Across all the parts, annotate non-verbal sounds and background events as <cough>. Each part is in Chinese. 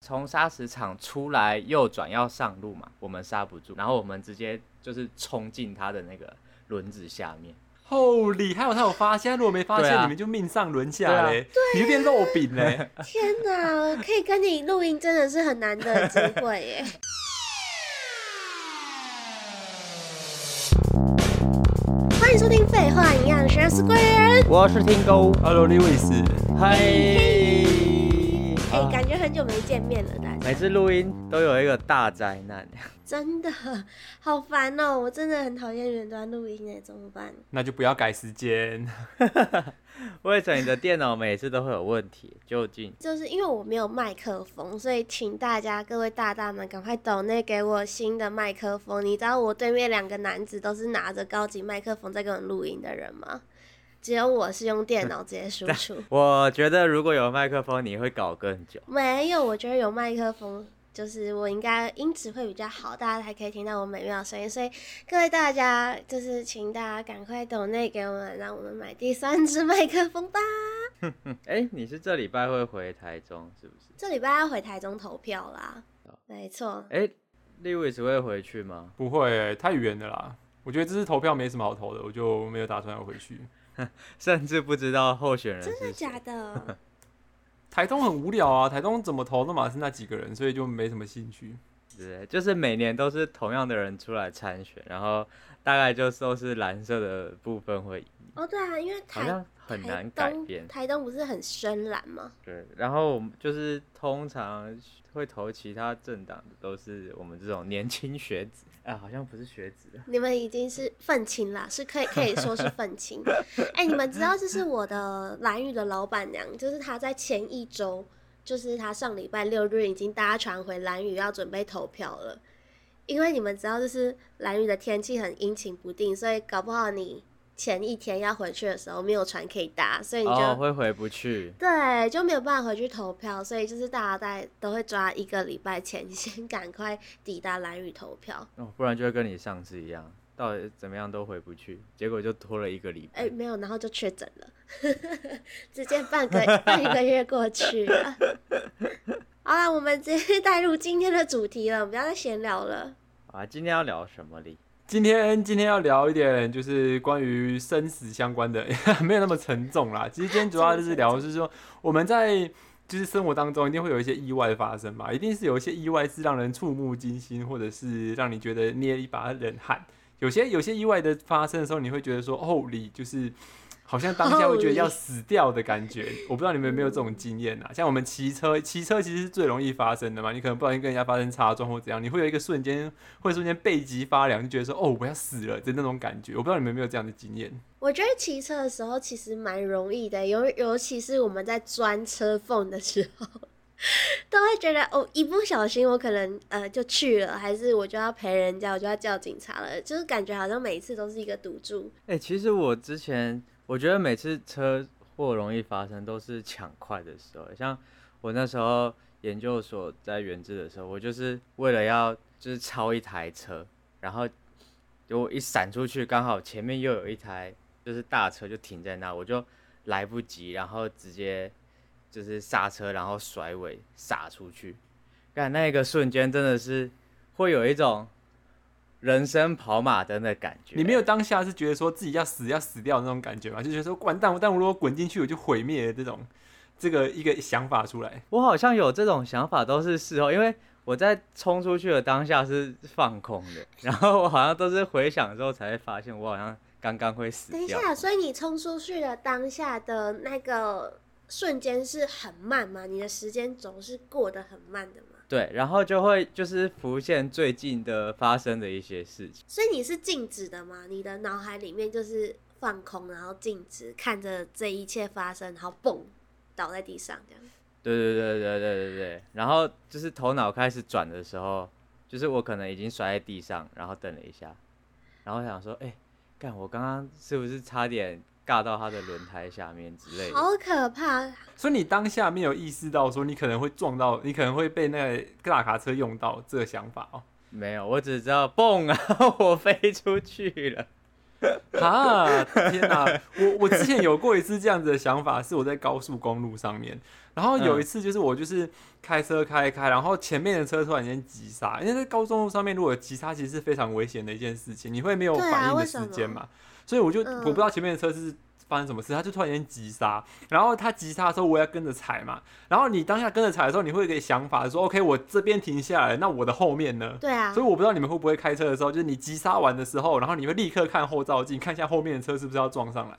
从砂石场出来右转要上路嘛，我们刹不住，然后我们直接就是冲进他的那个轮子下面。厚礼，还有他有发现，如果没发现，对啊你们就命丧轮下嘞，你就变肉饼嘞。啊天哪，可以跟你录音真的是很难得的机会耶！ <laughs> 欢迎收听《废话营养学》，我是贵人。我是听狗， Hello，Lewis，嘿。哎、啊感觉很久没见面了，大家每次录音都有一个大灾难，真的好烦哦、我真的很讨厌远端录音哎，怎么办？那就不要改时间。为什么你的电脑每次都会有问题？究竟？，就是因为我没有麦克风，所以请大家各位大大们赶快抖内给我新的麦克风。你知道我对面两个男子都是拿着高级麦克风在跟我录音的人吗？只有我是用电脑直接输出我觉得如果有麦克风，你会搞更久。没有，我觉得有麦克风。就是我应该音质会比较好，大家才可以听到我美妙的声音。所以各位大家，就是请大家赶快抖内给我们，让我们买第三支麦克风吧。哎、你是这礼拜会回台中是不是？这礼拜要回台中投票啦，没错。哎、l e w i s 会回去吗？不会欸、太远了啦。我觉得这次投票没什么好投的，我就没有打算要回去。甚至不知道候选人真的是谁。假的？台东很无聊啊，台东怎么投都嘛是那几个人，所以就没什么兴趣。对，就是每年都是同样的人出来参选，然后大概就都是蓝色的部分会赢，哦，对啊，因为好台像很台难改东变。台东不是很深蓝吗？对，然后我们就是通常会投其他政党的都是我们这种年轻学子，啊，好像不是学子，你们已经是愤青啦，是可以可以说是 <laughs> 愤青。哎、你们知道这是我的蓝宇的老板娘，就是她在前一周，就是她上礼拜六日已经搭船回蓝宇要准备投票了。因为你们知道，就是蓝宇的天气很阴晴不定，所以搞不好你前一天要回去的时候没有船可以搭，所以你就、哦，会回不去。对，就没有办法回去投票，所以就是大家在都会抓一个礼拜前 <laughs> 先赶快抵达蓝屿投票。哦，不然就会跟你上次一样，到底怎么样都回不去，结果就拖了一个礼哎、拜。没有，然后就确诊了， <laughs> 直接半个半个月过去了。 <laughs> 好了，我们直接带入今天的主题了，不要再闲聊了。啊，今天要聊什么哩？今天今天要聊一点，就是关于生死相关的， <laughs> 没有那么沉重啦。其实今天主要就是聊，就是说我们在就是生活当中一定会有一些意外发生嘛，一定是有一些意外是让人触目惊心，或者是让你觉得捏一把冷汗。有些有些意外的发生的时候，你会觉得说哦，你就是好像当下会觉得要死掉的感觉。我不知道你们有没有这种经验啊？像我们骑车，骑车其实是最容易发生的嘛，你可能不小心跟人家发生擦撞或怎样，你会有一个瞬间会瞬间背脊发凉，就觉得说哦，我要死了的那种感觉。我不知道你们有没有这样的经验。我觉得骑车的时候其实蛮容易的，尤尤其是我们在钻车缝的时候， <laughs> 都会觉得哦，一不小心我可能呃就去了，还是我就要陪人家，我就要叫警察了，就是感觉好像每一次都是一个赌注。哎、其实我之前我觉得每次车祸容易发生都是抢快的时候，像我那时候研究所在原治的时候，我就是为了要就是超一台车，然后我一闪出去，刚好前面又有一台就是大车就停在那，我就来不及，然后直接就是刹车，然后甩尾撒出去，看那一个瞬间真的是会有一种人生跑马灯的感觉，你没有当下是觉得说自己要死要死掉的那种感觉吗？就觉得说完蛋，但我如果滚进去我就毁灭了这种这个一个想法出来。我好像有这种想法，都是事后，因为我在冲出去的当下是放空 <laughs> 的，然后我好像都是回想之后才会发现，我好像刚刚会死等一掉。下，所以你冲出去的当下的那个瞬间是很慢吗？你的时间轴是过得很慢的吗？对，然后就会就是浮现最近的发生的一些事情。所以你是静止的吗？你的脑海里面就是放空，然后静止，看着这一切发生，然后嘣倒在地上这样。对对对对对对对，然后就是头脑开始转的时候，就是我可能已经摔在地上，然后等了一下，然后想说，哎、干我刚刚是不是差点尬到他的轮胎下面之类的？好可怕！所以你当下没有意识到说你可能会撞到，你可能会被那个大卡车用到这个想法哦。 <laughs> 没有，我只知道蹦啊，我飞出去了。 <laughs> 哈，天哪！我我之前有过一次这样子的想法，是我在高速公路上面，然后有一次就是我就是开车开一开，然后前面的车突然间急刹，因为在高速公路上面如果急刹其实是非常危险的一件事情，你会没有对啊反应为的什时间么嘛，所以我就嗯我不知道前面的车是。发生什么事？他就突然间急刹，然后他急刹的时候，我也要跟着踩嘛。然后你当下跟着踩的时候，你会有一个想法说：“OK，我这边停下来，那我的后面呢？”对啊所，以我不知道你们会不会开车的时候，就是你急刹完的时候，然后你会立刻看后照镜，看一下后面的车是不是要撞上来。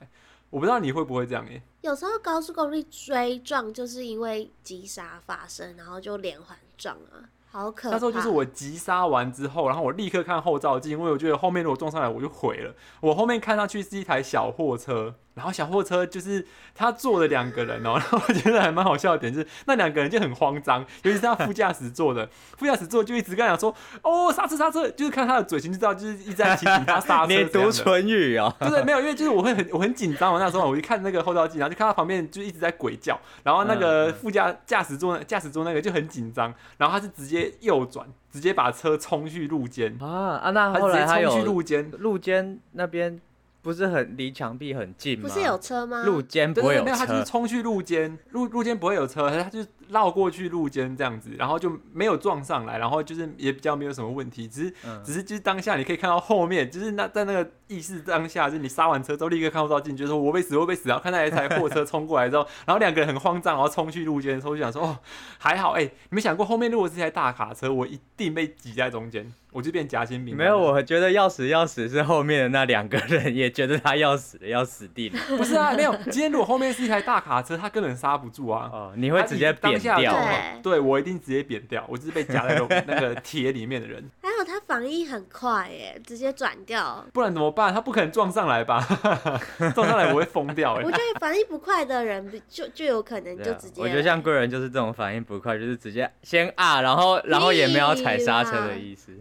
我不知道你会不会这样欸耶、有时候高速公路追撞就是因为急刹发生，然后就连环撞啊，好可怕。那时候就是我急刹完之后，然后我立刻看后照镜，因为我觉得后面如果撞上来我就毁了。我后面看上去是一台小货车，然后小货车就是他坐了两个人哦、 <laughs> 然后我觉得还蛮好笑的点就是那两个人就很慌张，尤其是他副驾驶坐的，副驾驶座 <laughs> 就一直跟他讲说：“哦，刹车刹车！”就是看他的嘴型就知道，就是一直在提醒他刹 <laughs> 车。你读唇语哦， <laughs> 对对，没有，因为就是我会很我很紧张嘛，那时候我一看那个后照镜，然后就看到旁边就一直在鬼叫，然后那嗯个嗯副驾驾驶座驾驶座那个就很紧张，然后他是直接右转，直接把车冲去路肩，啊啊！那他后来直他接冲去有路肩，路肩那边不是很离墙壁很近吗？不是有车吗？路肩 <laughs> 对不会对有对，没有，他就是车，冲去路肩，路路肩不会有车，他就是绕过去路肩这样子，然后就没有撞上来，然后就是也比较没有什么问题，只是嗯只是就是当下你可以看到后面，就是那在那个意识当下，就是你刹完车之后立刻看不到镜，就是说我被死，我被死，然后看到一台货车冲过来之后， <laughs> 然后两个人很慌张，然后冲去路肩的时候就想说哦还好哎、你没想过后面如果是一台大卡车，我一定被挤在中间，我就变夹心饼干没了。有，我觉得要死要死是后面的那两个人也觉得他要死了，要死定 <laughs> 了不是啊，没有，今天如果后面是一台大卡车，他根本刹不住啊。哦，你会直接当扁下掉对哦。对我一定直接扁掉，我就是被夹在 <laughs> 那个那个铁里面的人，还有他反应很快耶，直接转掉。不然怎么办？他不可能撞上来吧？ <laughs> 撞上来我会疯掉哎、我觉得反应不快的人比，就就有可能对就啊直接。我觉得像贵人就是这种反应不快，就是直接先啊，然后然后也没有踩刹车的意思。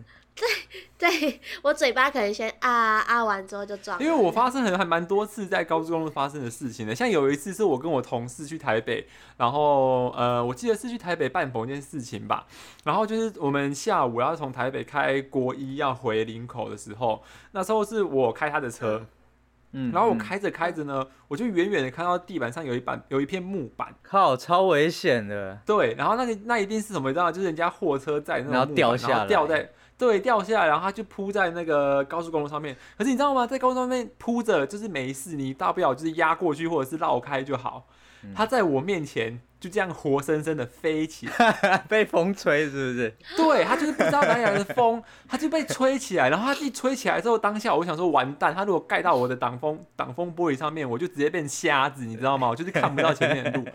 对 <laughs> 我嘴巴可能先啊啊完之后就撞了，因为我发生很还蛮多次在高速公路发生的事情的，像有一次是我跟我同事去台北，然后呃，我记得是去台北办某件事情吧，然后就是我们下午要从台北开国一要回林口的时候，那时候是我开他的车，嗯，然后我嗯开着开着呢，我就远远的看到地板上有一板有一片木板。靠，超危险的， <laughs> 对，然后那个那一定是什么？你知道吗，就是人家货车在那种然后木板掉下然后掉来在对掉下来，然后它就铺在那个高速公路上面。可是你知道吗？在高速上面铺着就是没事，你大不了就是压过去或者是绕开就好嗯。它在我面前就这样活生生的飞起来，被风吹是不是？ <laughs> 对，它就是不知道哪里来的风，它就被吹起来。然后它一吹起来之后，当下我想说完蛋，它如果盖到我的挡风挡风玻璃上面，我就直接变瞎子，你知道吗？我就是看不到前面的 <laughs> 路。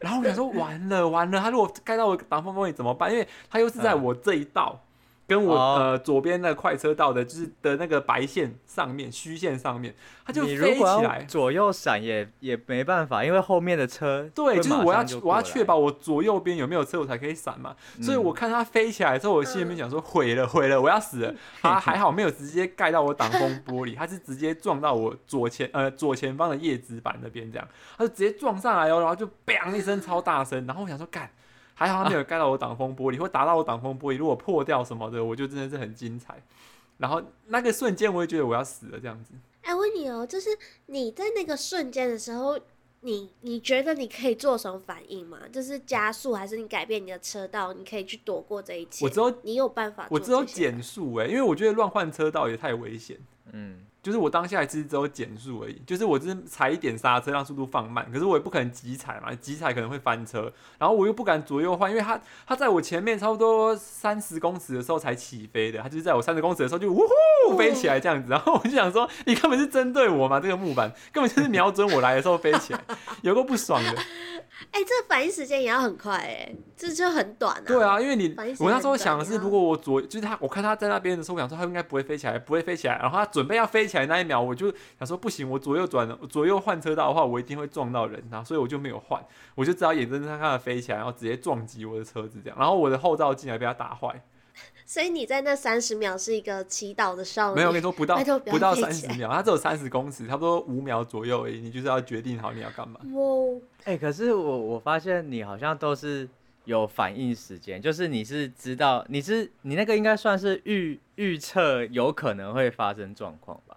然后我想说完了完了，它如果盖到我挡风玻璃怎么办？因为它又是在嗯我这一道。跟我、哦呃左边那个快车道的，就是的那个白线上面虚线上面，它就你如飞起果来要。左右闪也也没办法，因为后面的车对，会就是马我上要就过我要来嗯确保我左右边有没有车，我才可以闪嘛。所以我看它飞起来之后，我心里面想说毁了毁了，我要死了。它还好没有直接盖到我挡风玻璃，它是直接撞到我左前呃左前方的叶子板那边，这样它就直接撞上来哦，然后就 bang 一声超大声，然后我想说干。还好它没啊有盖到我挡风玻璃，或打到我挡风玻璃。如果破掉什么的，我就真的是很精彩。然后那个瞬间，我也觉得我要死了这样子。哎，问你哦，就是你在那个瞬间的时候，你你觉得你可以做什么反应吗？就是加速，还是你改变你的车道，你可以去躲过这一切？我只有你有办法做我这只些吗？有啊减速哎、因为我觉得乱换车道也太危险。嗯，就是我当下其实只有减速而已，就是我只是踩一点刹车让速度放慢，可是我也不可能急踩嘛，急踩可能会翻车，然后我又不敢左右换，因为它它在我前面差不多三十公尺的时候才起飞的，它就是在我三十公尺的时候就呜呼飞起来这样子，然后我就想说你根本是针对我嘛，这个木板根本就是瞄准我来的时候飞起来，有够不爽的。哎、这反应时间也要很快哎，这就很短啊。对，啊，因为你反应时我那间时候很啊短想的是，然后如果我左就是他，我看他在那边的时候，我想说他应该不会飞起来，不会飞起来。然后他准备要飞起来那一秒，我就想说不行，我左右转左右换车道的话，我一定会撞到人然后所以我就没有换，我就只好眼睁睁看他飞起来，然后直接撞击我的车子这样，然后我的后照镜还被他打坏。所以你在那三十秒是一个祈祷的少女。没有，我跟你说不到哦拜托不要不到飞三起十来秒，它只有三十公尺，差不多五秒左右而已。你就是要决定好你要干嘛。哇，哎、可是我我发现你好像都是有反应时间，就是你是知道你是你那个应该算是预预测有可能会发生状况吧，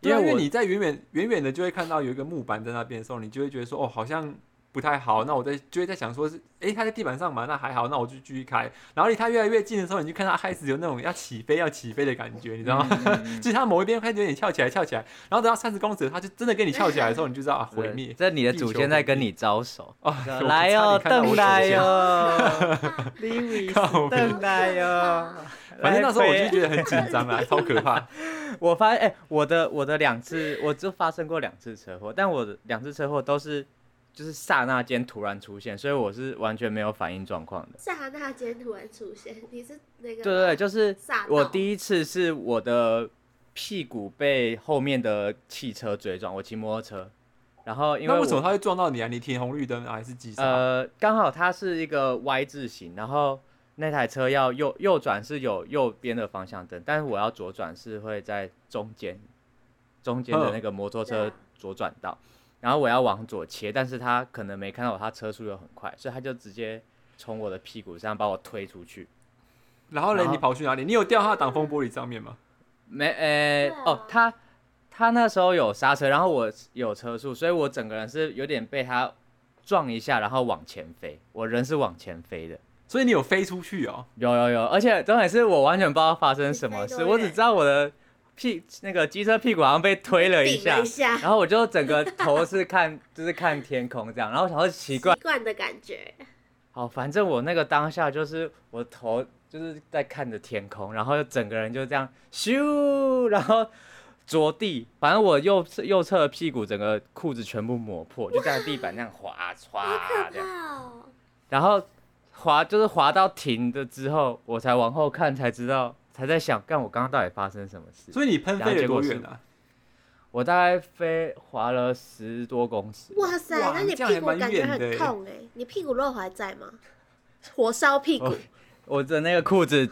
对啊因为我嗯你在远远远远的就会看到有一个木板在那边的时候，你就会觉得说，哦，好像不太好。那我在就会在想说是，诶，它在地板上嘛，那还好，那我就继续开。然后离它越来越近的时候，你就看它开始有那种要起飞要起飞的感觉，你知道嗯吗？ <laughs> 就是它某一边开始有点翘起来，翘起来，然后等到三十公尺，它就真的跟你翘起来的时候，你就知道啊，毁 <laughs> 灭。这你的地祖球先在毁跟灭你招手，哦，说 <laughs> 我就来差点哟，看到我邓祖来 <laughs> 先哟，李米斯靠北邓来哟。反正那时候我就觉得，得很紧张啦，超可怕。我发现哎、我的我的两次，我就发生过两次车祸，但我的两次车祸都是就是刹那间突然出现，所以我是完全没有反应状况的。刹那间突然出现，你是那个对对对，就是啊吓到我第一次是我的屁股被后面的汽车追撞，我骑摩托车，然后因为那我为什么它会撞到你啊？你停红绿灯啊，还是急刹？呃，刚好它是一个 Y 字形，然后那台车要右右转是有右边的方向灯，但是我要左转是会在中间中间的嗯那个摩托对车啊左转道，然后我要往左切，但是他可能没看到我，他车速又很快，所以他就直接从我的屁股上把我推出去。然后嘞然，后你跑去哪里？你有掉它的挡风玻璃上面吗？没，诶、对啊哦，他他那时候有刹车，然后我有车速，所以我整个人是有点被他撞一下，然后往前飞，我人是往前飞的。所以你有飞出去哦。有有有，而且重点是我完全不知道发生什你么飞事，多我只远知道我的屁那个机车屁股好像被推了一顶了下一，下，然后我就整个头是看就是看天空这样，然后我想说奇 <laughs> 怪，习惯的感觉，好，反正我那个当下就是我头就是在看着天空，然后整个人就这样咻，然后着地，反正我右侧右侧的屁股整个裤子全部磨破，就在地板那样滑唰这样。哦，然后滑就是滑到停的之后，我才往后看，才知道，才在想，干我刚刚到底发生什么事？所以你喷飞了多远啊？我大概飞滑了十多公尺，哇塞，哇那你这样还屁股蛮感觉远的很欸痛哎、你屁股肉还在吗？ <laughs> 火烧屁股，哦我的那个裤子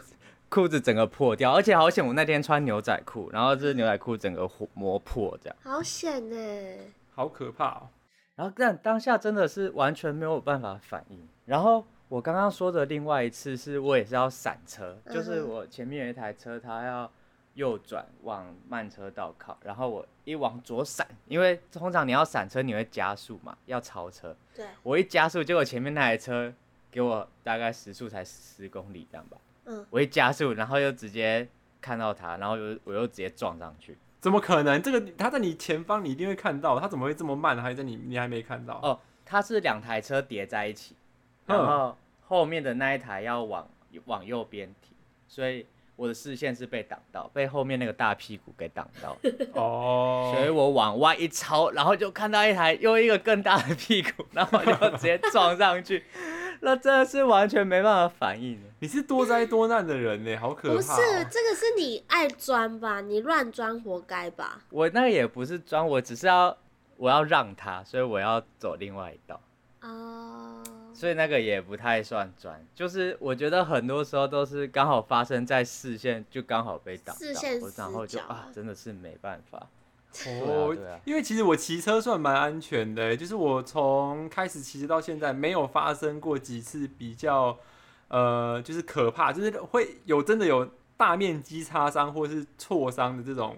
裤子整个破掉，而且好险，我那天穿牛仔裤，然后这牛仔裤整个火磨破这样。好险欸呢、好可怕哦！然后但当下真的是完全没有办法反应。然后我刚刚说的另外一次是我也是要闪车，就是嗯哼我前面有一台车，它要右转往慢车道靠，然后我一往左闪，因为通常你要闪车你会加速嘛，要超车，对，我一加速，结果前面那台车给我大概时速才十公里这样吧，嗯，我一加速，然后又直接看到它，然后又我又直接撞上去。怎么可能？这个它在你前方，你一定会看到。它怎么会这么慢？还在你你还没看 <laughs> 到？哦，它是两台车叠在一起，嗯然后后面的那一台要往往右边停，所以我的视线是被挡到，被后面那个大屁股给挡到， <laughs> 所以哦，我往外一超，然后就看到一台又一个更大的屁股，然后我就直接撞上去， <laughs> 那真的是完全没办法反应的。你是多灾多难的人呢，好可怕、哦！不是，这个是你爱钻吧？你乱钻活该吧？我那个也不是装，我只是要我要让他，所以我要走另外一道。哦、所以那个也不太算专，就是我觉得很多时候都是刚好发生在视线，就刚好被挡到，视线我然后死就角啊，真的是没办法。哦， <laughs> 对啊对啊因为其实我骑车算蛮安全的，欸就是我从开始骑车到现在，没有发生过几次比较呃，就是可怕，就是会有真的有大面积擦伤或是挫伤的这种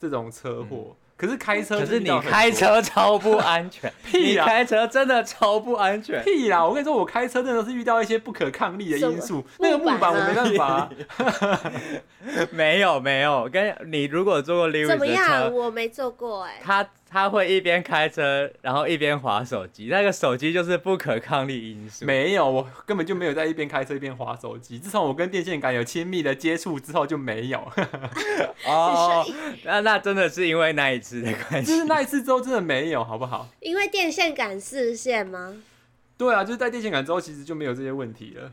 这种车祸。可是开车嗯可是遇你到很多开车超不安 <laughs> 全，屁你啦开车真的超不安全。 <laughs> 屁啦！我跟你说，我开车真的是遇到一些不可抗力的因什素么，那个木木板板我没办法啊、没有没有，我跟你你如果坐过 Lewis 怎么的样？车，我没做过哎、他他会一边开车，然后一边划手机，那个手机就是不可抗力因素。没有，我根本就没有在一边开车一边划手机。自从我跟电线杆有亲密的接触之后，就没有。 <laughs> 哦，那那真的是因为那一次的关就系是。那一次之后真的没有，好不好？因为电线杆视线 <laughs> 吗？对啊，就是带电线杆之后，其实就没有这些问题了。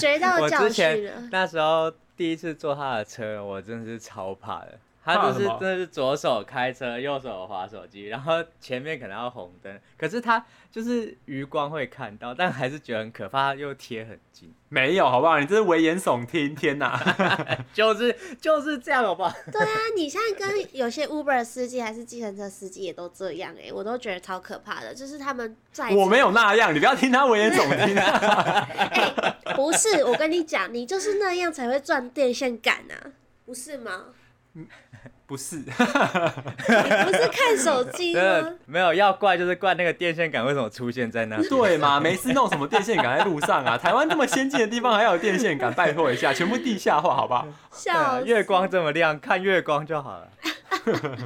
学到我教之训前了。那时候第一次坐他的车，我真的是超怕的。他怕就是什么真的是左手开车，右手滑手机，然后前面可能要红灯，可是他就是余光会看到，但还是觉得很可怕，又贴很近，没有，好不好？你这是危言耸听，天哪！就是就是这样，好不好？对啊，你现在跟有些 Uber 司机还是计程车司机也都这样哎、我都觉得超可怕的。就是他们在我没有那样，你不要听他危言 <laughs> 耸听、啊。不是，我跟你讲，你就是那样才会赚电线杆啊，不是吗？不是，不是看手机真的 <laughs> 吗？没有要怪就是怪那个电线杆为什么出现在那里。对嘛？没事弄什么电线杆在路上啊？台湾这么先进的地方还要有电线杆？拜托一下，全部地下化好不好？ <laughs> 对啊笑死月光这么亮，看月光就好了。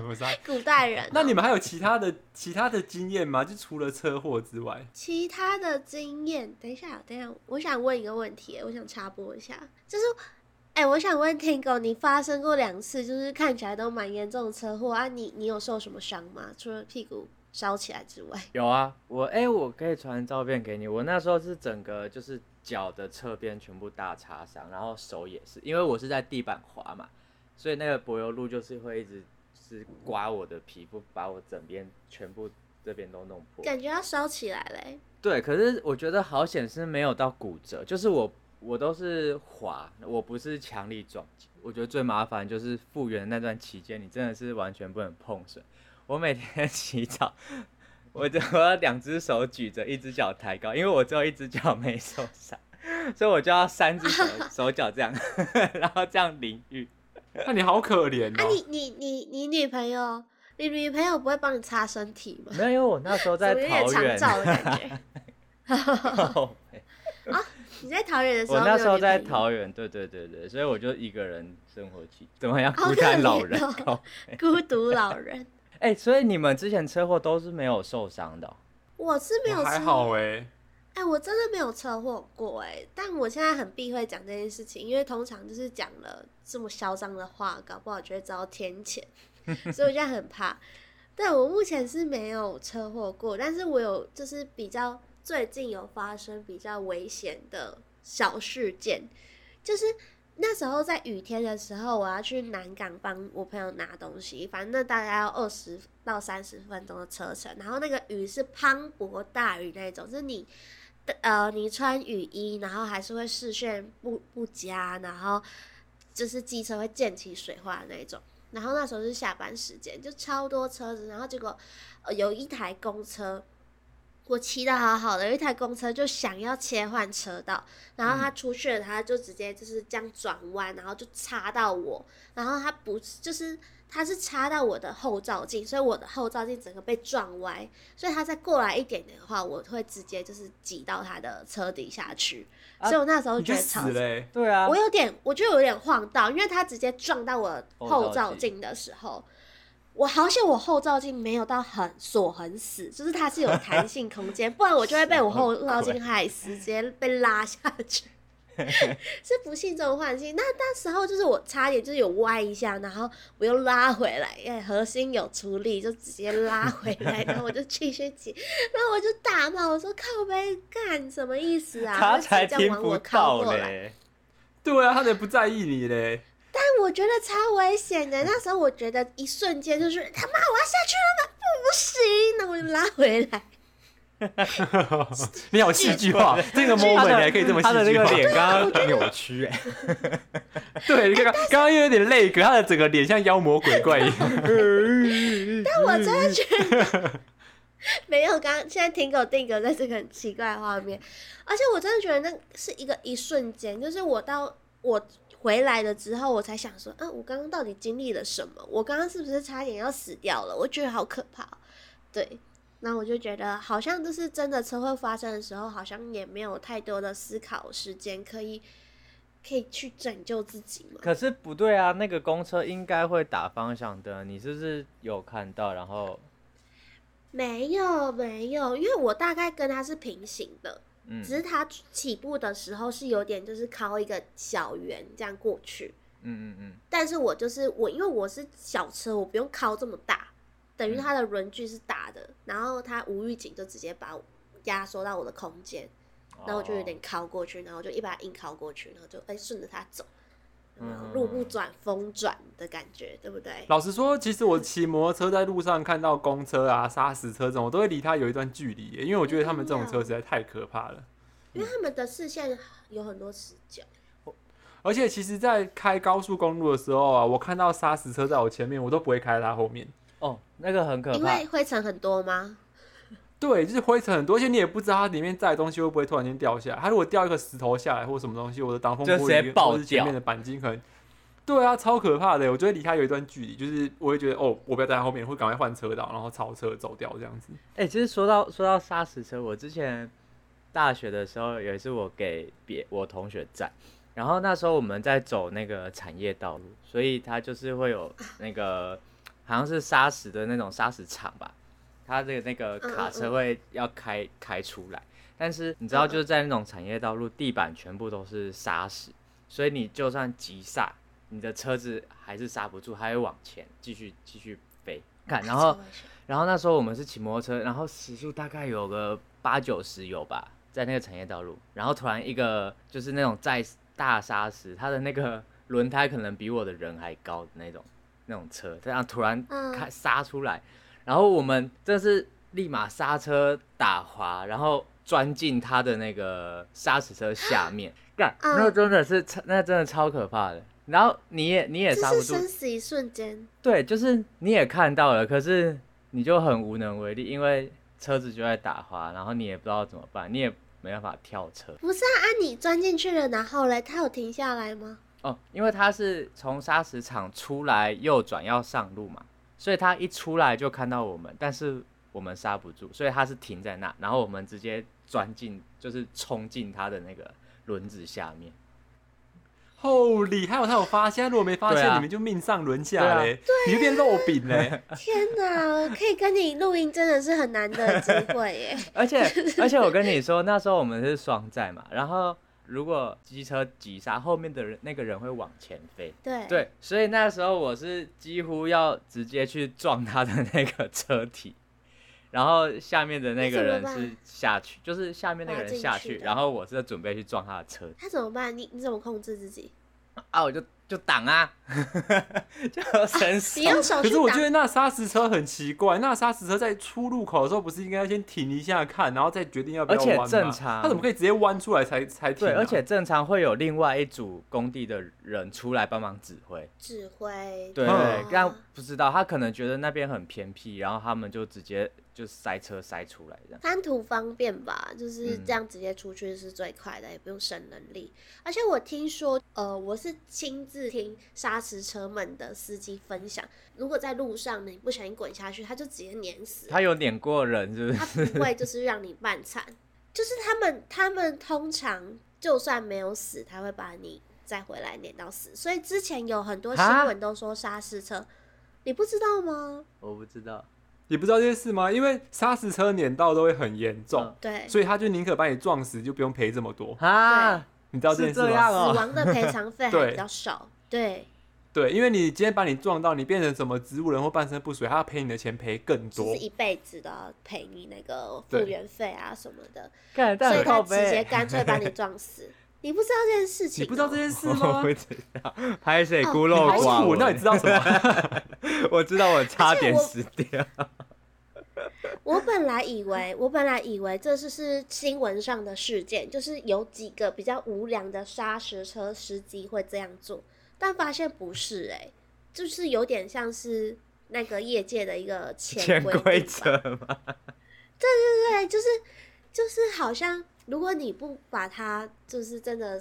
我知道古代人哦、 <laughs> 那你们还有其他的其他的经验吗？就除了车祸之外，其他的经验，等一下，等一下，我想问一个问题，我想插播一下，就是，哎、我想问 Tingo，你发生过两次，就是看起来都蛮严重的车祸啊你？你有受什么伤吗？除了屁股烧起来之外， <laughs> 有啊，我哎、我可以传照片给你。我那时候是整个就是脚的侧边全部大擦伤，然后手也是，因为我是在地板滑嘛，所以那个柏油路就是会一直是刮我的皮肤，把我整边全部这边都弄破。感觉要烧起来嘞、对，可是我觉得好险是没有到骨折，就是我我都是滑，我不是强力撞击。我觉得最麻烦就是复原那段期间，你真的是完全不能碰水。我每天 <laughs> 洗澡，我就我要两只手举着，一只脚抬高，因为我只有一只脚没受伤，所以我就要三只 <laughs> 手手脚这样， <laughs> 然后这样淋浴。那你好可怜啊哦。你，你你你女朋友，你女朋友不会帮你擦身体吗？没有，因为我那时候 <laughs> 怎在么有点桃长园，照的感觉？你在桃园的时候，我那时候在，桃园，对对对对，所以我就一个人生活起，怎么样？好孤可单老怜人哦靠 <laughs> 孤独老人，哎、所以你们之前车祸都是没有受伤的哦、我是没有还车好哎、哎、我真的没有车祸过哎、但我现在很避讳讲这件事情，因为通常就是讲了这么嚣张的话，搞不好就会遭天谴，所以我现在很怕。对我目前是没有车祸过，但是我有就是比较最近有发生比较危险的小事件，就是那时候在雨天的时候，我要去南港帮我朋友拿东西，反正大概要二十到三十分钟的车程，然后那个雨是磅礴大雨那种，就是你。呃，你穿雨衣，然后还是会视线不不佳，然后就是机车会溅起水花的那一种。然后那时候是下班时间，就超多车子，然后结果、呃、有一台公车，我骑的好好的，有一台公车就想要切换车道，然后他嗯出去了，他就直接就是这样转弯，然后就插到我，然后他不是就是他是插到我的后照镜，所以我的后照镜整个被撞歪，所以他再过来一点点的话，我会直接就是挤到他的车底下去，啊所以我那时候你觉就得超死嘞、对啊我有点，我就有点晃到，因为他直接撞到我后后照照镜镜的时候，我好险我后照镜没有到很锁很死，就是它是有弹性空间，不然我就会被我后照镜害死，直接被拉下 <laughs> 去。是不幸中的万幸。那那时候就是我差点就是有歪一下，然后我又拉回来，哎，核心有出力，就直接拉回来，然后我就继续挤， <laughs> 然后我就大骂我说靠背干什么意思啊？他就直才接这听样往不我靠到过来。嘞。对啊，他才不在意你嘞。哎但我觉得超危险的。那时候我觉得一瞬间就是他妈我要下去了吗？不行，那我就拉回来。你好戏剧化，这个 moment 你还可以这么戏他的那剧个化。脸刚刚扭曲、哎， <laughs> 对，你看刚刚刚又有点累，可他的整个脸像妖魔鬼怪一样。 <laughs> 但我真的觉得 <laughs> 没有刚现在停狗定格在这个很奇怪的画面，而且我真的觉得那是一个一瞬间，就是我到我回来了之后，我才想说，嗯、我刚刚到底经历了什么？我刚刚是不是差点要死掉了？我觉得好可怕哦。对，那我就觉得好像就是真的车祸发生的时候，好像也没有太多的思考时间可以可以去拯救自己嘛。可是不对啊，那个公车应该会打方向灯，你是不是有看到？然后，没有没有，因为我大概跟他是平行的，嗯只是他起步的时候是有点就是靠一个小圆这样过去，嗯嗯嗯，但是我就是我，因为我是小车，我不用靠这么大，等嗯于它的轮距是大的，然后它无预警就直接把我压缩到我的空间，然后我就哦有点靠过去，然后就一把硬靠过去，然后就哎顺着它走，有没有嗯路不转风转的感觉，对不对？老实说，其实我骑摩托车在路上看到公车啊、砂石车这种，我都会离他有一段距离耶，因为我觉得他们这种车实在太可怕了。因为他们的视线有很多死角，而且其实，在开高速公路的时候啊，我看到砂石车在我前面，我都不会开它后面。哦，哦那个很可因怕为。灰尘很多吗？对，就是灰尘很多，而且你也不知道它里面载的东西会不会突然间掉下来。它如果掉一个石头下来或什么东西，我的挡风玻就直接璃爆或是前掉面的钣金可能对啊，超可怕的。我就会离他有一段距离，就是我会觉得哦，我不要在他后面，会赶快换车道，然后超车走掉这样子。哎、其实说到说到砂石车，我之前大学的时候有一次我给别我同学载，然后那时候我们在走那个产业道路，所以它就是会有那个好像是砂石的那种砂石场吧，它的那个卡嗯嗯嗯车会要开开出来，但是你知道就是在那种产业道路，地板全部都是砂石，所以你就算急刹，你的车子还是刹不住，还会往前继续继续飞。看，啊然 <laughs> 后然后那时候我们是骑摩托车，然后时速大概有个八九十有吧，在那个产业道路，然后突然一个就是那种在大砂石，它的那个轮胎可能比我的人还高的那种那种车，这样突然嗯开刹出来，然后我们这是立马刹车打滑，然后钻进他的那个砂石车下面，干，嗯那真的是超那真的超可怕的。然后你也你也这刹不是住，生死一瞬间，对，就是你也看到了，可是你就很无能为力，因为车子就在打滑，然后你也不知道怎么办，你也没办法跳车不是啊？啊你钻进去了，然后嘞，他有停下 <laughs> 来吗？哦，因为它是从砂石场出来右转要上路嘛，所以它一出来就看到我们，但是我们刹不住，所以它是停在那，然后我们直接钻进，就是冲进它的那个轮子下面。 Holy，还有他有发现，如果没发现，对啊你们就命上轮对下啊嘞，你就变肉 <laughs> 饼嘞。天哪，可以跟你录音真的是很难得的机会 <laughs> 耶！而且而且我跟你说，那时候我们是双载嘛，然后如果机车急刹，后面的人那个人会往前飞。对，对，所以那时候我是几乎要直接去撞他的那个车体，然后下面的那个人那怎么是办下去，就是下面那个滑人进下去去，的然后我是准备去撞他的车他怎么办？你你怎么控制自己？啊，我就就挡啊， <laughs> 就啊伸手你。用手可去是我打觉得那砂石车很奇怪，那砂石车在出入口的时候，不是应该先停一下看，然后再决定要不要而且弯吗？正常他怎么可以直接弯出来才才停、对，啊？而且正常会有另外一组工地的人出来帮忙指挥。指挥，对嗯对，但啊不知道他可能觉得那边很偏僻，然后他们就直接就塞车塞出来这样。贪图方便吧，就是嗯这样直接出去是最快的，也不用省人力。而且我听说，呃，我是亲自听砂石车们的司机分享，如果在路上你不小心滚下去，他就直接碾死，他有碾过人是不他是？不会就是让你半残。就是他们，他们通常就算没有死，他会把你再回来碾到死。所以之前有很多新啊闻都说砂石车，你不知道吗？我不知道。你不知道这些事吗？因为砂石车碾到都会很严嗯重，对，所以他就宁可把你撞死，就不用赔这么多。啊，你知道这件是事这吗样？死亡的赔偿费还哦对比较少。对，对，因为你今天把你撞到，你变成什么植物人或半身不遂，他要赔你的钱赔更就多是。一辈子都要赔你那个复对原费啊什么的，干，所但以很他靠直接背。欸干脆把你撞死。你不知道这件事情哦、你不知道这件 <laughs> <laughs> 事我吗不？知道，拍谁哦孤你陋好寡苦闻。那你知道什么？ <laughs> 我知道我差而且点我死掉。我本来以为，我本来以为这是是新闻上的事件，就是有几个比较无良的砂石车司机会这样做，但发现不是、欸，就是有点像是那个业界的一个 <laughs> 潜潜规定吧则 <laughs> 嘛，对，就是就是好像如果你不把它就是真的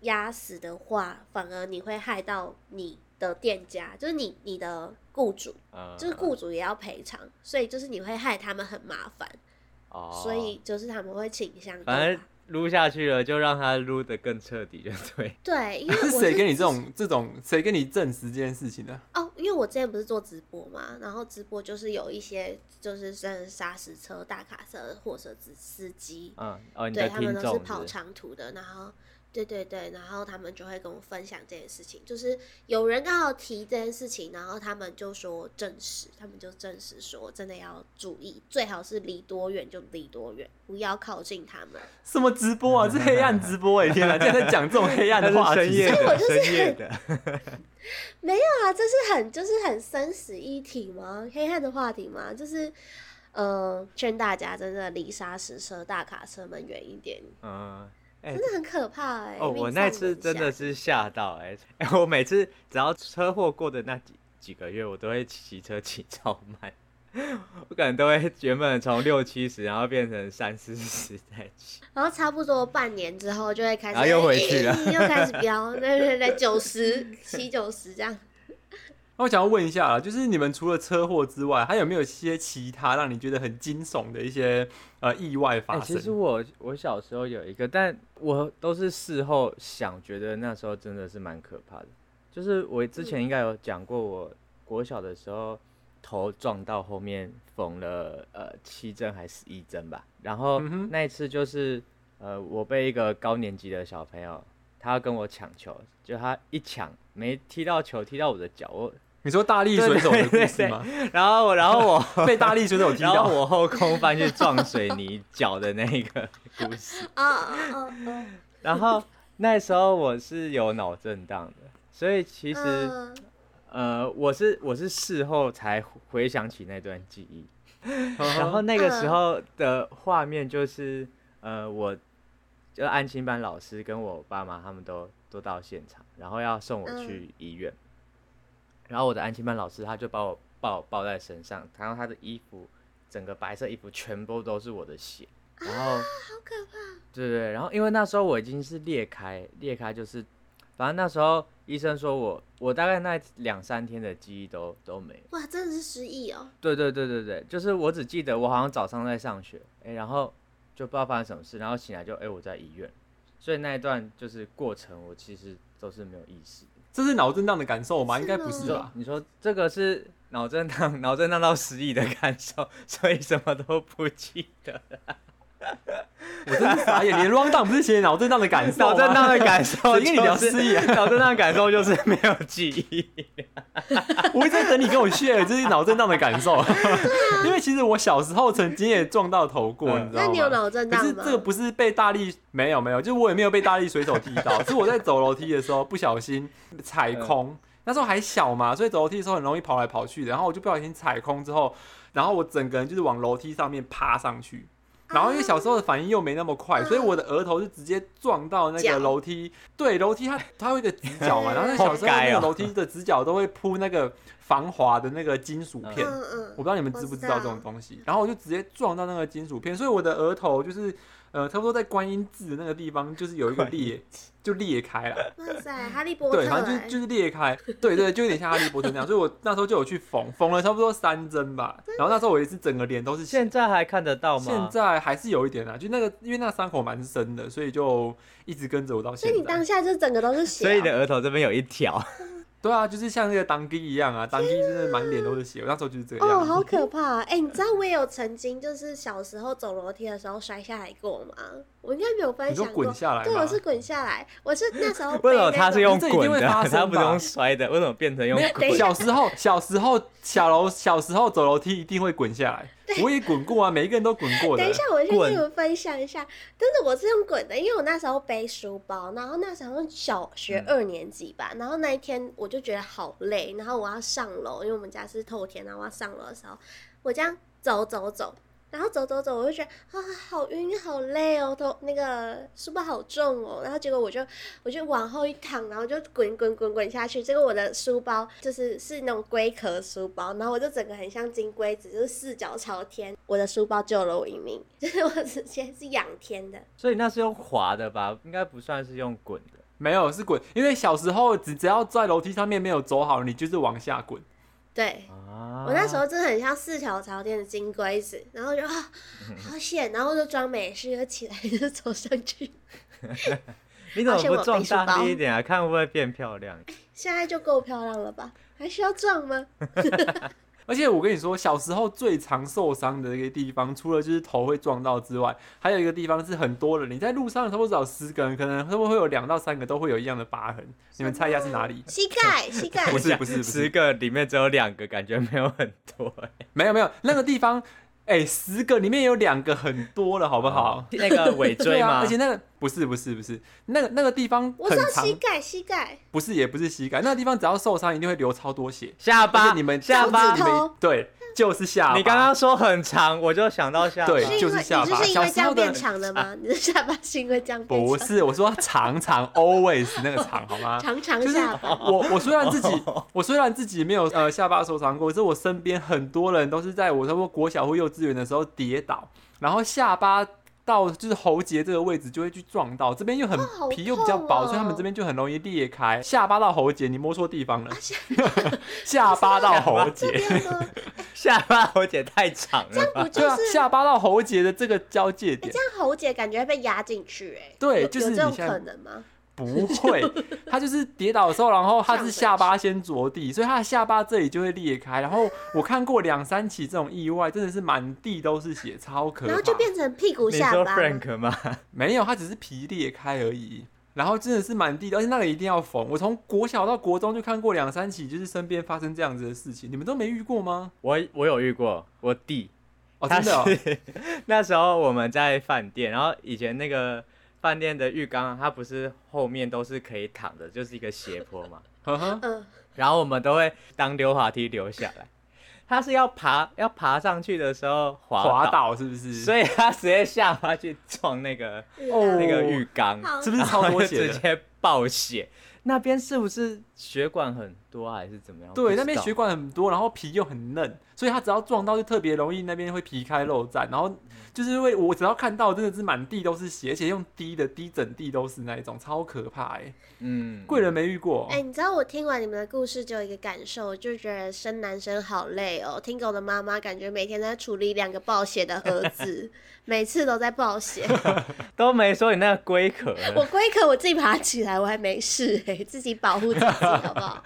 压死的话，反而你会害到你的店家，就是你你的雇主，嗯就是雇主也要赔偿，所以就是你会害他们很麻烦，哦所以就是他们会倾向反对正吧撸下去了，就让他撸的更彻底，就对。<laughs> 对，因为我谁是给你这种这种？谁给你证实这件事情的？哦，因为我之前不是做直播嘛，然后直播就是有一些就是真的砂石车、大卡车、货车司司机，嗯，哦，你对的他听们众都是不跑长途的，然后对对对，然后他们就会跟我分享这件事情，就是有人刚好提这件事情，然后他们就说证实，他们就证实说真的要注意，最好是离多远就离多远，不要靠近他们。什么直播 <laughs> 啊？这黑暗直播哎、天啊！竟然在讲这种黑暗的话他 <laughs> 题。是深 <laughs> 夜我的，就是深夜 <laughs> 的。啊，这是很就是很生死一体吗？黑暗的话题吗？就是。呃，劝大家真的离沙石车、大卡车们远一点，嗯，哎真的很可怕哎、哦，命我那丧次人真的下是吓到哎、哎、 <laughs> 我每次只要车祸过的那几几个月，我都会骑车骑超慢， <laughs> 我可能都会原本从六七十，然后变成三四十再骑。然后差不多半年之后就会开始，哎然后又回去了又开始 <laughs> 飙，对对对，九十七九十这样。那我想要问一下啦，就是你们除了车祸之外，还有没有一些其他让你觉得很惊悚的一些呃意外哎、发生？其实我我小时候有一个，但我都是事后想，觉得那时候真的是蛮可怕的。就是我之嗯前应该有讲过，我国小的时候头撞到后面缝了呃七针还是一针吧，然后嗯哼那一次就是呃我被一个高年级的小朋友，他要跟我抢球，就他一抢没踢到球，踢到我的脚，我你说大力水手的故事吗？然后我然后我被大力水 <laughs> 手踢然后到，我后空翻去撞水泥脚的那一个故事。哦哦哦哦，然后那时候我是有脑震荡的，所以其实、嗯呃，我是我是事后才回想起那段记忆。然 <laughs> 然后那个时候的画面就是呃，我就安亲班老师跟我爸妈他们都都到现场，然后要送我嗯去医院。然后我的安亲班老师他就把我抱抱在身上，然后他的衣服整个白色衣服全部都是我的血，然后。啊好可怕。对对，然后因为那时候我已经是裂开，裂开就是，反正那时候医生说我，我大概那两三天的记忆都都没了。哇，真的是失忆哦。对对对对对，就是我只记得我好像早上在上学，哎，然后就不知道发生什么事，然后醒来就哎我在医院，所以那一段就是过程我其实都是没有意识的。这是脑震荡的感受吗？是应该不是啊你吗说吧？你说这个是脑震荡，脑震荡到失忆的感受， <laughs> 所以什么都不记得，我真是傻眼，连 round down 不是写脑震荡的感受啊脑吗震荡的感受谁跟你聊就是失忆啊？脑震荡的感受就是没有记 <laughs> 忆。 <laughs> 我一直在等你跟我 share 这是脑震荡的感受， <laughs> 因为其实我小时候曾经也撞到头过，嗯你知道吗？那你有脑震可荡是吗？这个不是被大力没有没有，就是我也没有被大力水手踢 <laughs> 到，是我在走楼梯的时候不小心踩空。嗯那时候还小嘛，所以走楼梯的时候很容易跑来跑去的。然后我就不小心踩空之后，然后我整个人就是往楼梯上面趴上去。然后因为小时候的反应又没那么快，所以我的额头是直接撞到那啊脚个楼梯。对，楼梯它它会有一个直角 <laughs> 嘛，然后那小时候哦那个楼梯的直角都会铺那个防滑的那个金属片。嗯嗯，我不知道你们知不知道这种东西。然后我就直接撞到那个金属片，所以我的额头就是呃，差不多在观音字那个地方，就是有一个裂，就裂开了。哇 <laughs> 塞，哈利波特、对，欸，反正就是就是裂开，对对，就有点像哈利波特那样。所以我那时候就有去缝，缝了差不多三针吧。然后那时候我也是整个脸都是血现。在还看得到吗？现在还是有一点啊，就那个，因为那伤口蛮深的，所以就一直跟着我到所现以你在。当下就整个都是血、啊，所以你的额头这边有一条，对啊，就是像那个当机一样啊，当机真的满脸都是血，我那时候就是这个哦，样子。好可怕、啊！哎、你知道我也有曾经就是小时候走楼梯的时候摔下来过吗？我应该没有分你说享过滚。下来吗？对，我是滚下来，我是 <laughs> 那时候被为什么那他种是用这一定滚会的，发他生不是用吧摔的？为什么变成用没有滚？小时哎候，小时候，小楼，小时候走楼梯一定会滚下来。我也滚过啊，每一个人都滚过的等一。下，我先滚跟你们分享一下，但是我是用滚的，因为我那时候背书包，然后那时候小学嗯二年级吧，然后那一天我就觉得好累，然后我要上楼，因为我们家是透天，然后我要上楼的时候，我这样走走走，然后走走走，我就觉得啊好晕好累哦，头那个书包好重哦，然后结果我就我就往后一躺，然后就滚滚滚滚下去，结果我的书包就是是那种龟壳书包，然后我就整个很像金龟子，就是四脚朝天，我的书包救了我一命， <laughs> 就是我直接是仰天的，所以那是用滑的吧？应该不算是用滚的。没有是滚，因为小时候只只要在楼梯上面没有走好，你就是往下滚。对。啊我那时候真的很像四条朝天的金龟子，然后就啊好险，然后就装没事，就起来就走上去，你怎么而且不我撞背书大包力一点啊？看会不会变漂亮？现在就够漂亮了吧？ <laughs> 还需要撞吗？而且我跟你说，小时候最常受伤的一个地方，除了就是头会撞到之外，还有一个地方是很多人，你在路上差不多找十个人，可能他们会有两到三个都会有一样的疤痕。你们猜一下是哪里？<laughs> 膝盖，膝 <laughs> 盖不。是想不是不是十个里面只有两个，感觉没有很多、欸。没有没有，那个地方，哎、十个里面有两个很多了，好不好？那个尾对椎啊，吗？而且那个不是不是不是，那个那个地方我很知道长，膝盖，膝盖，不是也不是膝盖，那个地方只要受伤一定会流超多血。下而巴，且你们下手指巴你，们头对就是下巴。你刚刚说很长，我就想到下巴。对是因为就是下你巴是因小为时这样候的啊变长的吗？你的下巴是因为这样变不长？ <laughs> 是，我说长长 always 那个长好吗？长长就是下巴，我我虽然自己我虽然自己没有呃下巴受伤过，可是我身边很多人都是在我差不多国小或幼稚园的时候跌倒，然后下巴。到就是喉结这个位置就会去撞到，这边又很啊好皮又比较薄，痛哦所以他们这边就很容易裂开。下巴到喉结，你摸错地方了。啊 <laughs> 下巴到喉这结，<laughs> 边呢？下巴我姐太长这了样吧不？就对啊是，下巴到喉结的这个交界哎、点这，样喉结感觉被压进去、哎，对有就是有这种你现在可能吗？不 <laughs> 会，他就是跌倒的时候，然后他上是不下巴先着地，所以他的下巴这里就会裂开。然后我看过两三起这种意外，真的是满地都是血，超可怕。然后就变成屁股你下说巴吗， Frank 吗？没有，它只是皮裂开而已。然后真的是满地的，而且那个一定要缝。我从国小到国中就看过两三起，就是身边发生这样子的事情，你们都没遇过吗？我我有遇过，我弟，哦，他真是 <laughs> 的、哦，那时候我们在饭店，然后以前那个饭店的浴缸，啊它不是后面都是可以躺的，就是一个斜坡嘛。呵呵，嗯、然后我们都会当溜滑梯溜下来。他是要爬要爬上去的时候滑滑倒是不是？所以他直接下巴去撞那个哦那个浴缸，啊好是不是超然后就多直血的？接爆血。那边是不是血管很多啊还是怎么样？不对，知那边道血管很多，然后皮又很嫩，所以它只要撞到就特别容易，那边会皮开肉绽。然后就是因为我只要看到真的是满地都是血，而且用滴的滴整地都是那一种，超可怕哎、嗯，贵人没遇过，哎、你知道我听完你们的故事，就有一个感受，就觉得生男生好累哦。听狗的妈妈感觉每天在处理两个暴血的儿子，每次都在暴血。都没说你那个龟壳了，我龟壳我自己爬起来，我还没事哎、自己保护自己好 <laughs> 不好？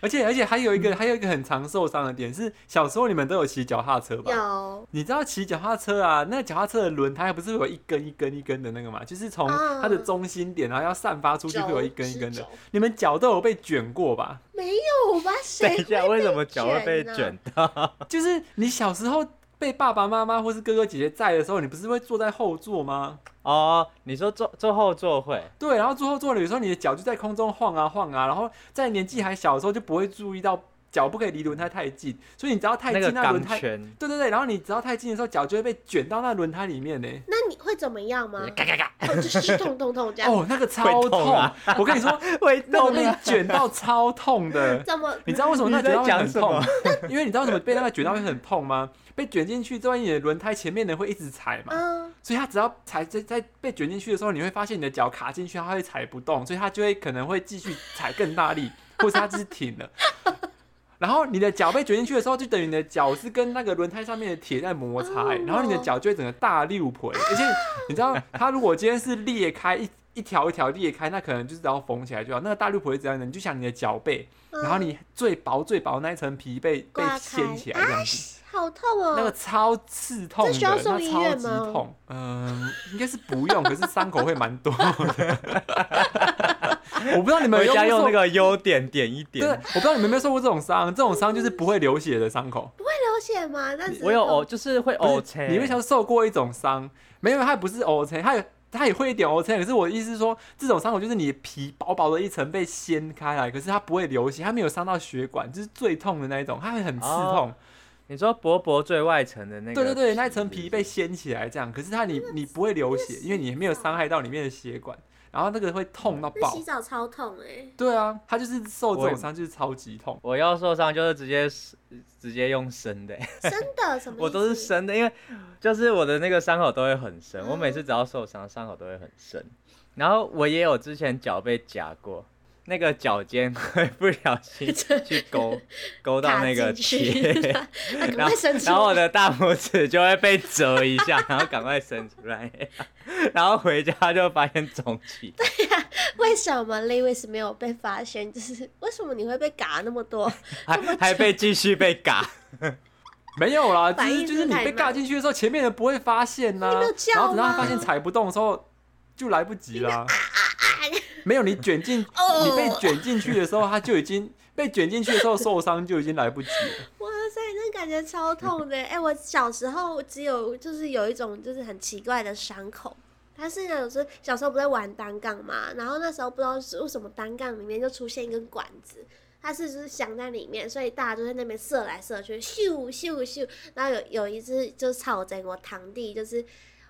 而且而且还有一嗯个还有一个很常受伤的点是，小时候你们都有骑脚踏车吧？有你知道骑脚踏车啊，那脚踏车的轮胎不是有一根一根一根的那个嘛？就是从嗯它的中心点，然后要散发出去会有一根一根的轴是轴。你们脚都有被卷过吧？没有吧？等谁一下，会啊为什么脚会被呢卷？到？就是你小时候被爸爸妈妈或是哥哥姐姐载的时候，你不是会坐在后座吗？哦，你说坐坐后座会？对，然后坐后座有时候你的脚就在空中晃啊晃啊，然后在年纪还小的时候就不会注意到脚不可以离轮胎太近，所以你只要太那近，个那钢轮胎，圈，对对对，然后你只要太近的时候，脚就会被卷到那轮胎里面呢。那你会怎么样吗？嘎嘎嘎，哦，就是痛痛痛这样。哦，那个超会痛啊我跟你 <laughs> 说，会那个痛被啊！卷到超痛的。怎么？你知道为什么那你在卷到会很讲什么痛？ <laughs> 因为你知道为什么被那个卷到会很痛吗？被卷进去之后，你的轮胎前面的会一直踩嘛，嗯，所以它只要踩在在被卷进去的时候，你会发现你的脚卡进去，它会踩不动，所以它就会可能会继续踩更大 <laughs> 力，或是它就是停了。然后你的脚被卷进去的时候，就等于你的脚是跟那个轮胎上面的铁在摩擦、欸哦然后你的脚就会整个大六回、而且你知道，它如果今天是裂开一一条一条裂开，那可能就是只要缝起来就好。那个大六回怎样呢？你就想你的脚背，嗯然后你最薄最薄的那一层皮被被挂掀开起来这啊样子。，好痛哦！那个超刺痛的，这需要送医院吗那超级痛，嗯、 <laughs> 应该是不用，可是伤口会蛮多的。 <laughs> 我不知道你们回有没有家用受那个优点点一对，我啊点。不知道你们有没有受过这种伤，这种伤就是不会流血的伤口。不会流血吗？那只是我有痛哦，就是会不是哦切。你们小时候受过一种伤，没有，它不是 O C，它有它也会一点 O C，可是我的意思是说，这种伤口就是你的皮薄薄的一层被掀开来，可是它不会流血，它没有伤到血管，就是最痛的那一种，它会很刺哦痛。你说薄薄最外层的那个，对对对，那一层皮被掀起来这样，可是它你你不会流血，因为你没有伤害到里面的血管，然后那个会痛到那爆洗。澡超痛哎。 <laughs> 对啊，它就是受这我也种伤就是超级痛。我要受伤就是直接直接用生 <laughs> 的、欸真的什么意思？我都是生的，因为就是我的那个伤口都会很深，嗯我每次只要受伤，伤口都会很深。然后我也有之前脚被夹过，那个脚尖会不小 <laughs> 心去勾勾到那个卡进去铁， <laughs> 哎 <laughs> 赶然后快伸出然后我来。的大拇指就会被折一下，然后赶快伸出来， <laughs> 然后回家就发现肿起。为什么 Lewis 没有被发现？就是为什么你会被嘎那么多？ <laughs> <laughs> 还还被继续被嘎，没有啦，就反是应就是是你太被慢尬进去的时候，前面人不会发现呐、你没有叫然后等到他吗发现踩不动的时候，就来不及啦。没有，你卷进 <laughs> 哦你被卷进去的时候，他就已经被卷进去的时候受伤就已经来不及 <laughs> 了。哇塞，那感觉超痛的！哎、我小时候只有就是有一种就是很奇怪的伤口，它是那种是小时候不在玩单杠嘛，然后那时候不知道是为什么单杠里面就出现一根管子，它是就是想在里面，所以大家就在那边射来射去，咻咻咻。然后有有一次就是草贼，我堂弟就是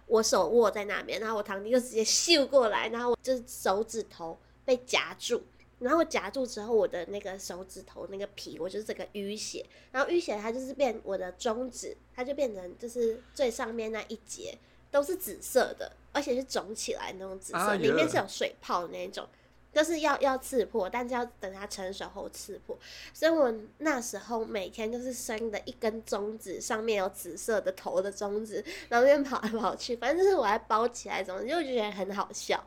我手握在那边，然后我堂弟就直接咻过来，然后我就是手指头被夹住。然后我夹住之后，我的那个手指头那个皮，我就是整个淤血，然后淤血它就是变我的中指，它就变成就是最上面那一节都是紫色的，而且是肿起来那种紫色，哎呀里面是有水泡的那种，就是要要刺破，但是要等它成熟后刺破。所以我那时候每天就是伸的一根中指，上面有紫色的头的中指，然后那边跑来跑去，反正就是我还包起来，总之就觉得很好笑。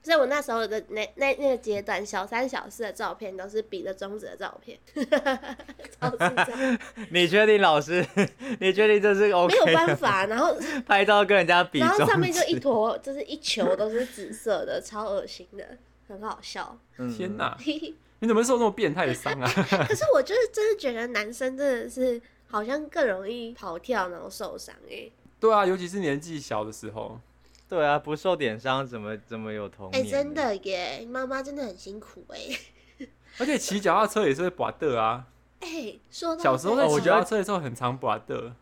所以我那时候的那那那个阶段，小三小四的照片都是比着中指的照片， <laughs> 超智障，你确定老师？ <laughs> 你确定这是 <laughs> OK？没有的办法。然后拍照跟人家比然中指，后上面就一坨，就是一球都是紫色的， <laughs> 超恶心的，很好笑。 <laughs> 嗯天哪，嘿嘿你怎么受这么变态的伤啊？ <laughs> 可是我就是真的觉得男生真的是好像更容易跑跳然后受伤哎、对啊，尤其是年纪小的时候，对啊，不受点伤怎么怎么有童哎、年？真，的耶，妈妈真的很辛苦哎、 <laughs> 而且骑脚踏车也是会拔的啊。哎、说到小时候在哦我骑觉得脚踏车的时候很常拔的，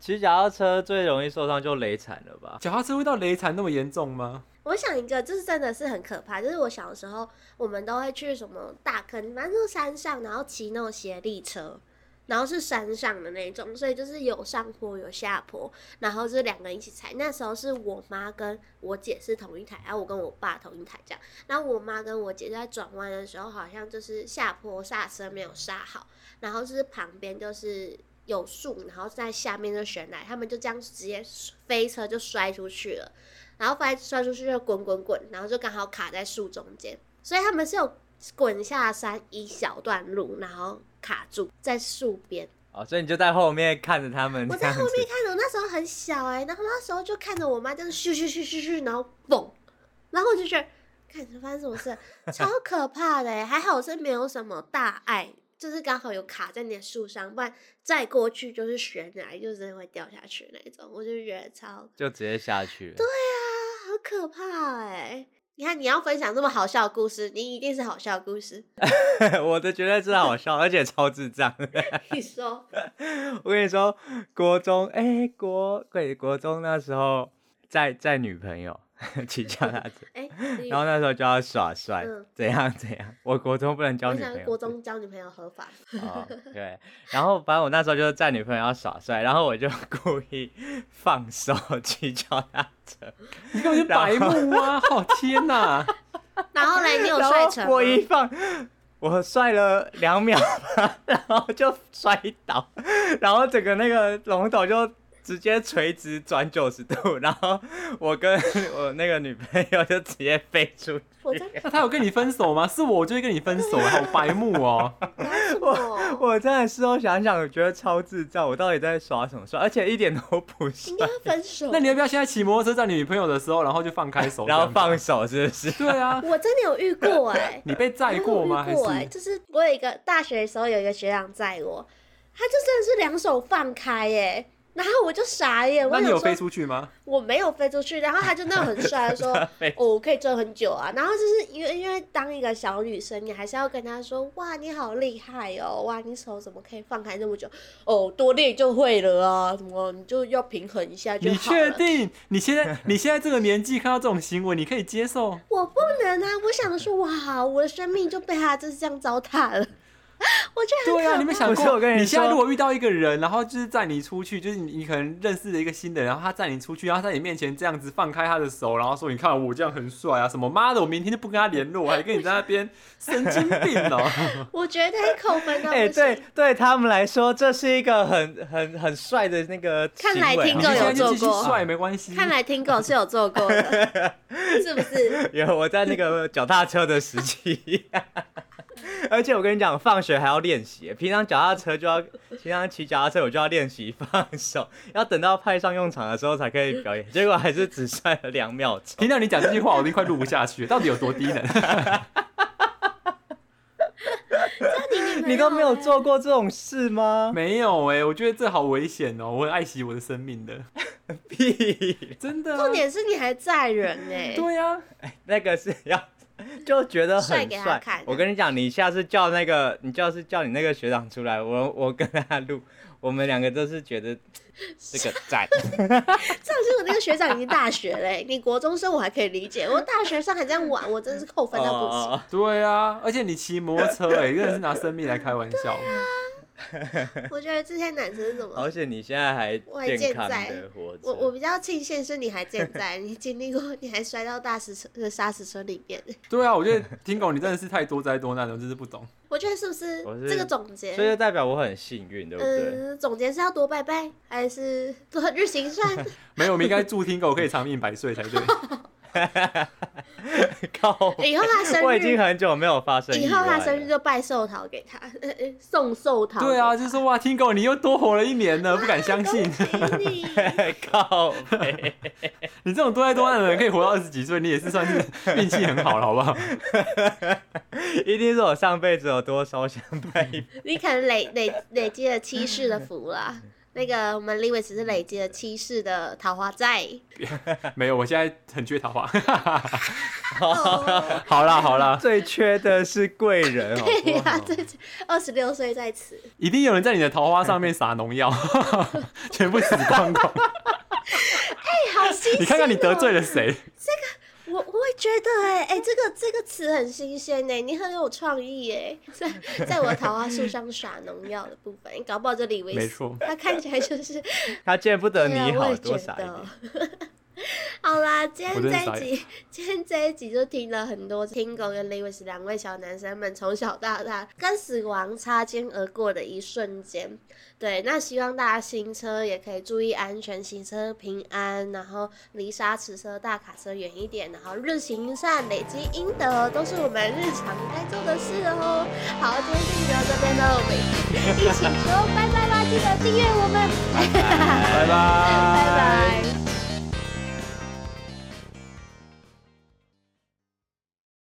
骑脚踏车最容易受伤就雷惨了吧？脚踏车会到雷残那么严重吗？我想一个，就是真的是很可怕。就是我小时候，我们都会去什么大坑，反正就是山上，然后骑那种斜力车，然后是山上的那种，所以就是有上坡有下坡，然后就是两个人一起踩。那时候是我妈跟我姐是同一台，然后我跟我爸同一台这样。然后我妈跟我姐在转弯的时候，好像就是下坡刹车没有刹好，然后就是旁边就是。有树，然后在下面就悬崖，他们就这样直接飞车就摔出去了。然后发现摔出去就滚滚滚，然后就刚好卡在树中间，所以他们是有滚下山一小段路，然后卡住在树边。哦，所以你就在后面看着他们我这在样后子，面看着，我那时候很小哎、然后那时候就看着我妈就是咻咻咻咻咻，然后嘣，然后我就觉得，看发生什么事了，超可怕的、欸。还好是没有什么大碍，就是刚好有卡在你的树上，不然再过去就是悬崖，就真的会掉下去那种。我就觉得超就直接下去了。啊，好可怕哎、你看，你要分享这么好笑的故事，你一定是好笑的故事。 <laughs> 我的绝对是好笑，而且超智障。你说，我跟你说，国中哎、国对国中那时候在在女朋友 <laughs> 骑脚踏车， <laughs> 哎、你然后那时候就要耍帅，嗯怎样怎样。我国中不能交我女朋想友，国中交女朋友合法， <laughs> 哦，对，然后反正我那时候就是在女朋友要耍帅，然后我就 <laughs> 故意放手骑脚踏车， <laughs> 你根本就白目啊！好天哪、然后嘞，你有然帅后成我一吗？放，我帅了两秒吧， <laughs> 然后就摔倒，然后整个那个龙头就直接垂直转九十度，然后我跟 <laughs> 我那个女朋友就直接飞出去，我在 <laughs> 那他有跟你分手吗？是我，我就会跟你分手，好白目 <laughs> 哦、搞什么？ <laughs> 我真的事后想想，我觉得超智障，我到底在耍什么帅，而且一点都不帅应，该要分手。那你要不要现在骑摩托车载女朋友的时候，然后就放开手？然后这样放手是不是？ <laughs> 子。 <laughs> 对啊，我真 <laughs> 的有遇过哎、你被载过吗？我还有遇过哎、是就是我有一个大学的时候有一个学长载我，他就真的是两手放开耶、然后我就傻眼，那我你有想飞说出去吗？我没有飞出去，然后他就那种很帅的说飞，哦，我可以追很久啊。然后就是因为因为当一个小女生，你还是要跟他说，哇，你好厉害哦，哇，你手怎么可以放开那么久？哦，多练就会了啊，什么你就要平衡一下就你好确了。定？你现在你现在这个年纪看到这种行为，你可以接受？我不能啊！我想说，哇，我的生命就被他就是这样糟蹋了， <laughs> 我觉得很 <laughs> 对啊，可你没怕想不是过？我跟你现在说如果遇到一个人，然后就是载你出去，就是你你可能认识了一个新的人，然后他载你出去，然后在你面前这样子放开他的手，然后说：“你看我这样很帅啊，什么妈的，我明天就不跟他联络，我还跟你在那边神经病 <laughs> 哦、我觉得扣 <laughs> 分到不行。哎、对，对他们来说，这是一个很很很帅的那个行看为啊。来听你众现有在就做继续过帅没关系。看来听狗是有做过的， <laughs> 是不是？有我在那个脚踏车的时期， <laughs> 而且我跟你讲，放学还要练习。平常脚踏车就要，平常骑脚踏车我就要练习放手，要等到派上用场的时候才可以表演。结果还是只帅了两秒钟。听到你讲这句话，我都快录不下去了，到底有多低能？那你你都没有欸做过这种事吗？ <laughs> 没有哎、我觉得这好危险哦、我很爱惜我的生命的，屁，真的、啊。重点是你还载人呢、欸对啊，那个是要就觉得帅很给他帅看。我跟你讲，你下次叫那个，你要是叫你那个学长出来，我我跟他录，我们两个都是觉得这 <laughs> 个赞。上次我那个学长已经大学嘞、 <laughs> 你国中生我还可以理解，我大学生还这样 <laughs> 玩，我真的是扣分到不行。哦对啊，而且你骑摩托车、欸，哎，真的是拿生命来开玩笑。我觉得这些男生怎哦而么？且你现在还我还健健康在的活着，我我比较庆幸是你还健在，你经历过， <laughs> 你还摔到大石车、呃沙石车里面。 <laughs> 对啊，我觉得听狗你真的是太多灾多难了，我真是不懂。我觉得是不是我是这个总结？所以就代表我很幸运，对不对？嗯，总结是要多拜拜，还是 <laughs> 多日行善？ <laughs> 没有，我们应该祝听狗可以长命百岁才对。 <laughs> 靠，以后他生日，我已经很久没有发生以意后外他生日了。哎就拜寿桃给他， <laughs> 呃呃送寿桃。对啊，，就是说哇，听狗你又多活了一年呢，不敢相信。 <laughs> 恭喜你。 <laughs> 靠北，你这种多灾多难的人可以活到二十几岁，你也是算是运气很好了，好不好？一定是我上辈子有多烧香拜一拜。你可能累累累积了七世的福啦。那个我们李伟只是累积了七世的桃花债。没有，我现在很缺桃花。 <laughs> 哦好啦好啦，最缺的是贵人，好 <laughs> 对不呀好？，哦这二十六岁在此，一定有人在你的桃花上面撒农药，全部死光光。哎，好新鲜！你看看你得罪，了谁？我我会觉得哎哎，这个这个词很新鲜哎，你很有创意哎，在在我的桃花树上耍农药的部分，你搞不好这李没伟，错，他看起来就是他见不得对啊你我好，也觉多傻一点得。 <laughs> 好啦，今我天真的这傻一集， <laughs> 今天这一集就听了很多 Tingo 跟 Lewis 两位小男生们从小到大跟死亡擦肩而过的一瞬间。对，那希望大家行车也可以注意安全，行车平安，然后离沙池车、大卡车远一点，然后日行善，累积阴德，都是我们日常该做的事哦。好，今天这集就到这边了，我们一起说拜拜吧，记得订阅我们。拜拜。